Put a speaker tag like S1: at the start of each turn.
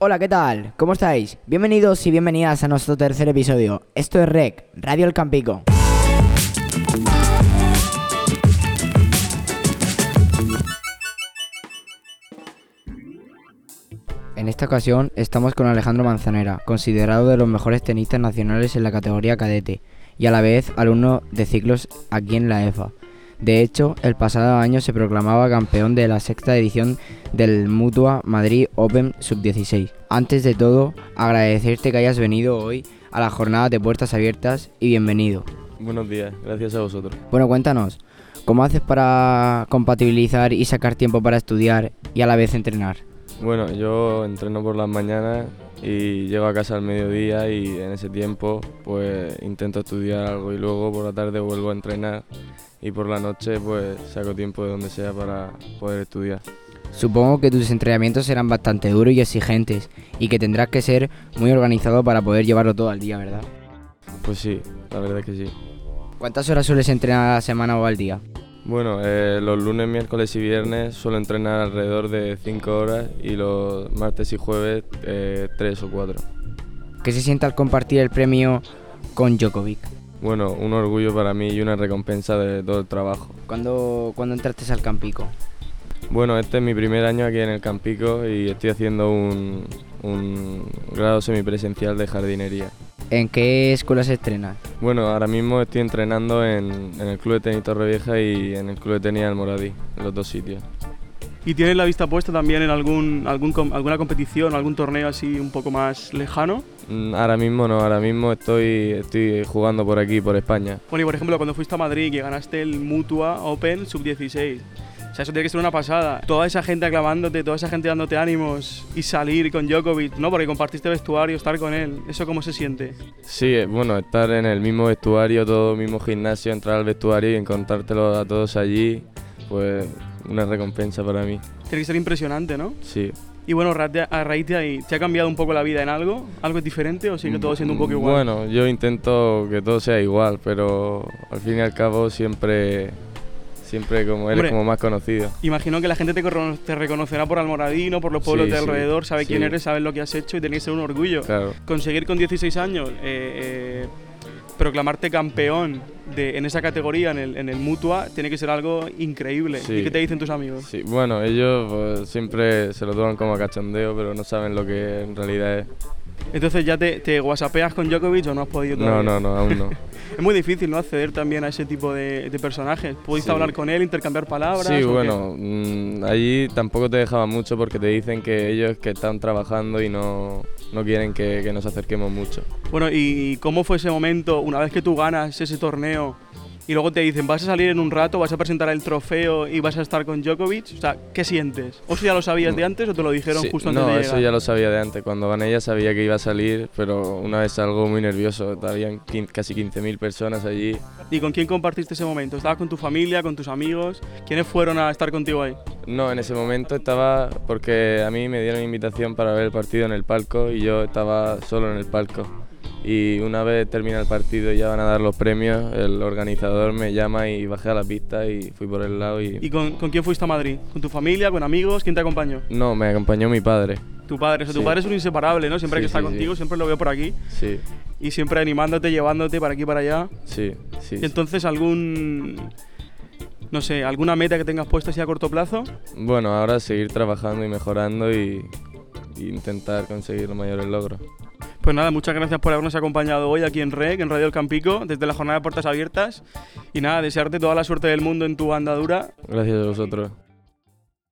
S1: Hola, ¿qué tal? ¿Cómo estáis? Bienvenidos y bienvenidas a nuestro tercer episodio. Esto es REC, Radio El Campico. En esta ocasión estamos con Alejandro Manzanera, considerado de los mejores tenistas nacionales en la categoría cadete y a la vez alumno de ciclos aquí en la E EFA. De hecho, el pasado año se proclamaba campeón de la sexta edición del Mutua Madrid Open Sub-16. Antes de todo, agradecerte que hayas venido hoy a la jornada de puertas abiertas y bienvenido.
S2: Buenos días, gracias a vosotros.
S1: Bueno, cuéntanos, ¿cómo haces para compatibilizar y sacar tiempo para estudiar y a la vez entrenar?
S2: Bueno, yo entreno por las mañanas y llego a casa al mediodía y en ese tiempo pues intento estudiar algo y luego por la tarde vuelvo a entrenar y por la noche pues saco tiempo de donde sea para poder estudiar.
S1: Supongo que tus entrenamientos serán bastante duros y exigentes y que tendrás que ser muy organizado para poder llevarlo todo al día, ¿verdad?
S2: Pues sí, la verdad es que sí.
S1: ¿Cuántas horas sueles entrenar a la semana o al día?
S2: Bueno, eh, los lunes, miércoles y viernes suelo entrenar alrededor de 5 horas y los martes y jueves 3 o 4.
S1: ¿Qué se siente al compartir el premio con Djokovic?
S2: Bueno, un orgullo para mí y una recompensa de todo el trabajo.
S1: ¿Cuándo, cuándo entraste al Campico?
S2: Bueno, este es mi primer año aquí en el Campico y estoy haciendo un, un grado semipresencial de jardinería.
S1: ¿En qué escuela se entrena?
S2: Bueno, ahora mismo estoy entrenando en, en el Club de Tenis Torrevieja y en el Club de Tenis Almoradí, en los dos sitios.
S3: ¿Y tienes la vista puesta también en algún, algún com- alguna competición, algún torneo así un poco más lejano?
S2: Mm, Ahora mismo no, ahora mismo estoy, estoy jugando por aquí, por España.
S3: Bueno, y por ejemplo, cuando fuiste a Madrid que ganaste el Mutua Open Sub-16. O sea, eso tiene que ser una pasada. Toda esa gente aclamándote, toda esa gente dándote ánimos y salir con Djokovic, ¿no? Porque compartiste vestuario, estar con él. ¿Eso cómo se siente?
S2: Sí, eh, bueno, estar en el mismo vestuario, todo mismo gimnasio, entrar al vestuario y encontrártelo a todos allí, pues una recompensa para mí.
S3: Tiene que ser impresionante, ¿no?
S2: Sí.
S3: Y bueno, ra- de- a raíz de ahí, ¿te ha cambiado un poco la vida en algo? ¿Algo es diferente o sigue todo siendo un poco igual?
S2: Mm, Bueno, yo intento que todo sea igual, pero al fin y al cabo siempre, siempre como eres
S3: Hombre.
S2: como más conocido.
S3: Imagino que la gente te, corro- te reconocerá por Almoradino, por los pueblos
S2: Sí,
S3: de
S2: sí,
S3: alrededor, sabe
S2: sí.
S3: quién eres, sabe lo que has hecho y tiene que ser un orgullo.
S2: Claro.
S3: Conseguir con 16 años eh, eh, proclamarte campeón de, en esa categoría, en el, en el Mutua, tiene que ser algo increíble.
S2: Sí.
S3: ¿Y qué te dicen tus amigos?
S2: Sí, bueno, ellos pues, siempre se lo toman como a cachondeo, pero no saben lo que en realidad es.
S3: Entonces ya te, te whatsappeas con Djokovic o no has podido
S2: No,
S3: todavía?
S2: no, no, aún no.
S3: Es muy difícil, ¿no?, acceder también a ese tipo de, de personajes. ¿Pudiste
S2: Sí.
S3: hablar con él, intercambiar palabras? o
S2: Sí,
S3: qué?
S2: bueno, mm, allí tampoco te dejaban mucho porque te dicen que ellos que están trabajando y no, no quieren que, que nos acerquemos mucho.
S3: Bueno, ¿y cómo fue ese momento una vez que tú ganas ese torneo y luego te dicen, vas a salir en un rato, vas a presentar el trofeo y vas a estar con Djokovic? O sea, ¿qué sientes? ¿O si ya lo sabías de antes o te lo dijeron
S2: Sí,
S3: justo antes
S2: no,
S3: de
S2: eso
S3: llegar?
S2: ya lo sabía de antes. Cuando van ella sabía que iba a salir, pero una vez algo muy nervioso. Habían quin- casi 15.000 personas allí.
S3: ¿Y con quién compartiste ese momento? ¿Estabas con tu familia, con tus amigos? ¿Quiénes fueron a estar contigo ahí?
S2: No, en ese momento estaba porque a mí me dieron invitación para ver el partido en el palco y yo estaba solo en el palco. Y una vez termina el partido y ya van a dar los premios, el organizador me llama y bajé a la pista y fui por el lado y...
S3: ¿Y con, con quién fuiste a Madrid? ¿Con tu familia, con amigos? ¿Quién te acompañó?
S2: No, me acompañó mi padre.
S3: Tu padre. O sea, tu
S2: Sí.
S3: padre es un inseparable, ¿no? Siempre
S2: Sí,
S3: que está
S2: sí, sí.
S3: contigo, siempre lo veo por aquí.
S2: Sí,
S3: Y siempre animándote, llevándote para aquí y para allá.
S2: sí, sí.
S3: Y entonces algún no sé, alguna meta que tengas puesta así a corto plazo.
S2: Bueno, ahora seguir trabajando y mejorando y, y intentar conseguir los mayores logros.
S3: Pues nada, muchas gracias por habernos acompañado hoy aquí en REC, en Radio El Campico, desde la jornada de puertas abiertas. Y nada, desearte toda la suerte del mundo en tu andadura
S2: Gracias a vosotros.